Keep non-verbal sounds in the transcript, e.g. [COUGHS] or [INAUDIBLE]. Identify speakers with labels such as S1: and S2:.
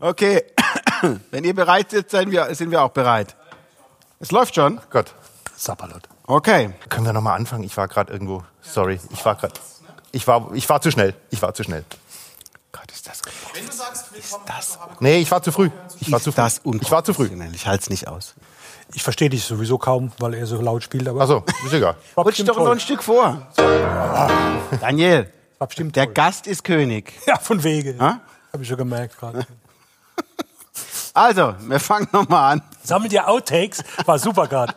S1: Okay, [COUGHS] wenn ihr bereit seid, sind wir, sind wir auch bereit. Es läuft schon.
S2: Gott, Sapperlot.
S1: Okay.
S2: Können wir nochmal anfangen? Ich war gerade irgendwo. Sorry, ich war gerade. Ich war, ich war zu schnell. Ich war zu schnell.
S1: Gott, ist das
S2: Nee, ich war zu früh. Ich war zu früh.
S1: das
S2: ich war zu früh.
S1: Ich halte es nicht aus.
S3: Ich verstehe dich sowieso kaum, weil er so laut spielt, aber
S2: Achso, ist egal.
S3: war
S1: Rutsch
S3: bestimmt
S1: doch so
S3: toll.
S1: ein Stück vor.
S2: [LAUGHS]
S1: Daniel,
S3: War bestimmt
S1: der
S3: toll.
S1: Gast ist König.
S3: Ja, von wegen.
S1: Ha?
S3: Habe ich schon gemerkt gerade.
S1: Also, wir fangen nochmal an.
S3: Sammelt ihr Outtakes? War super gerade.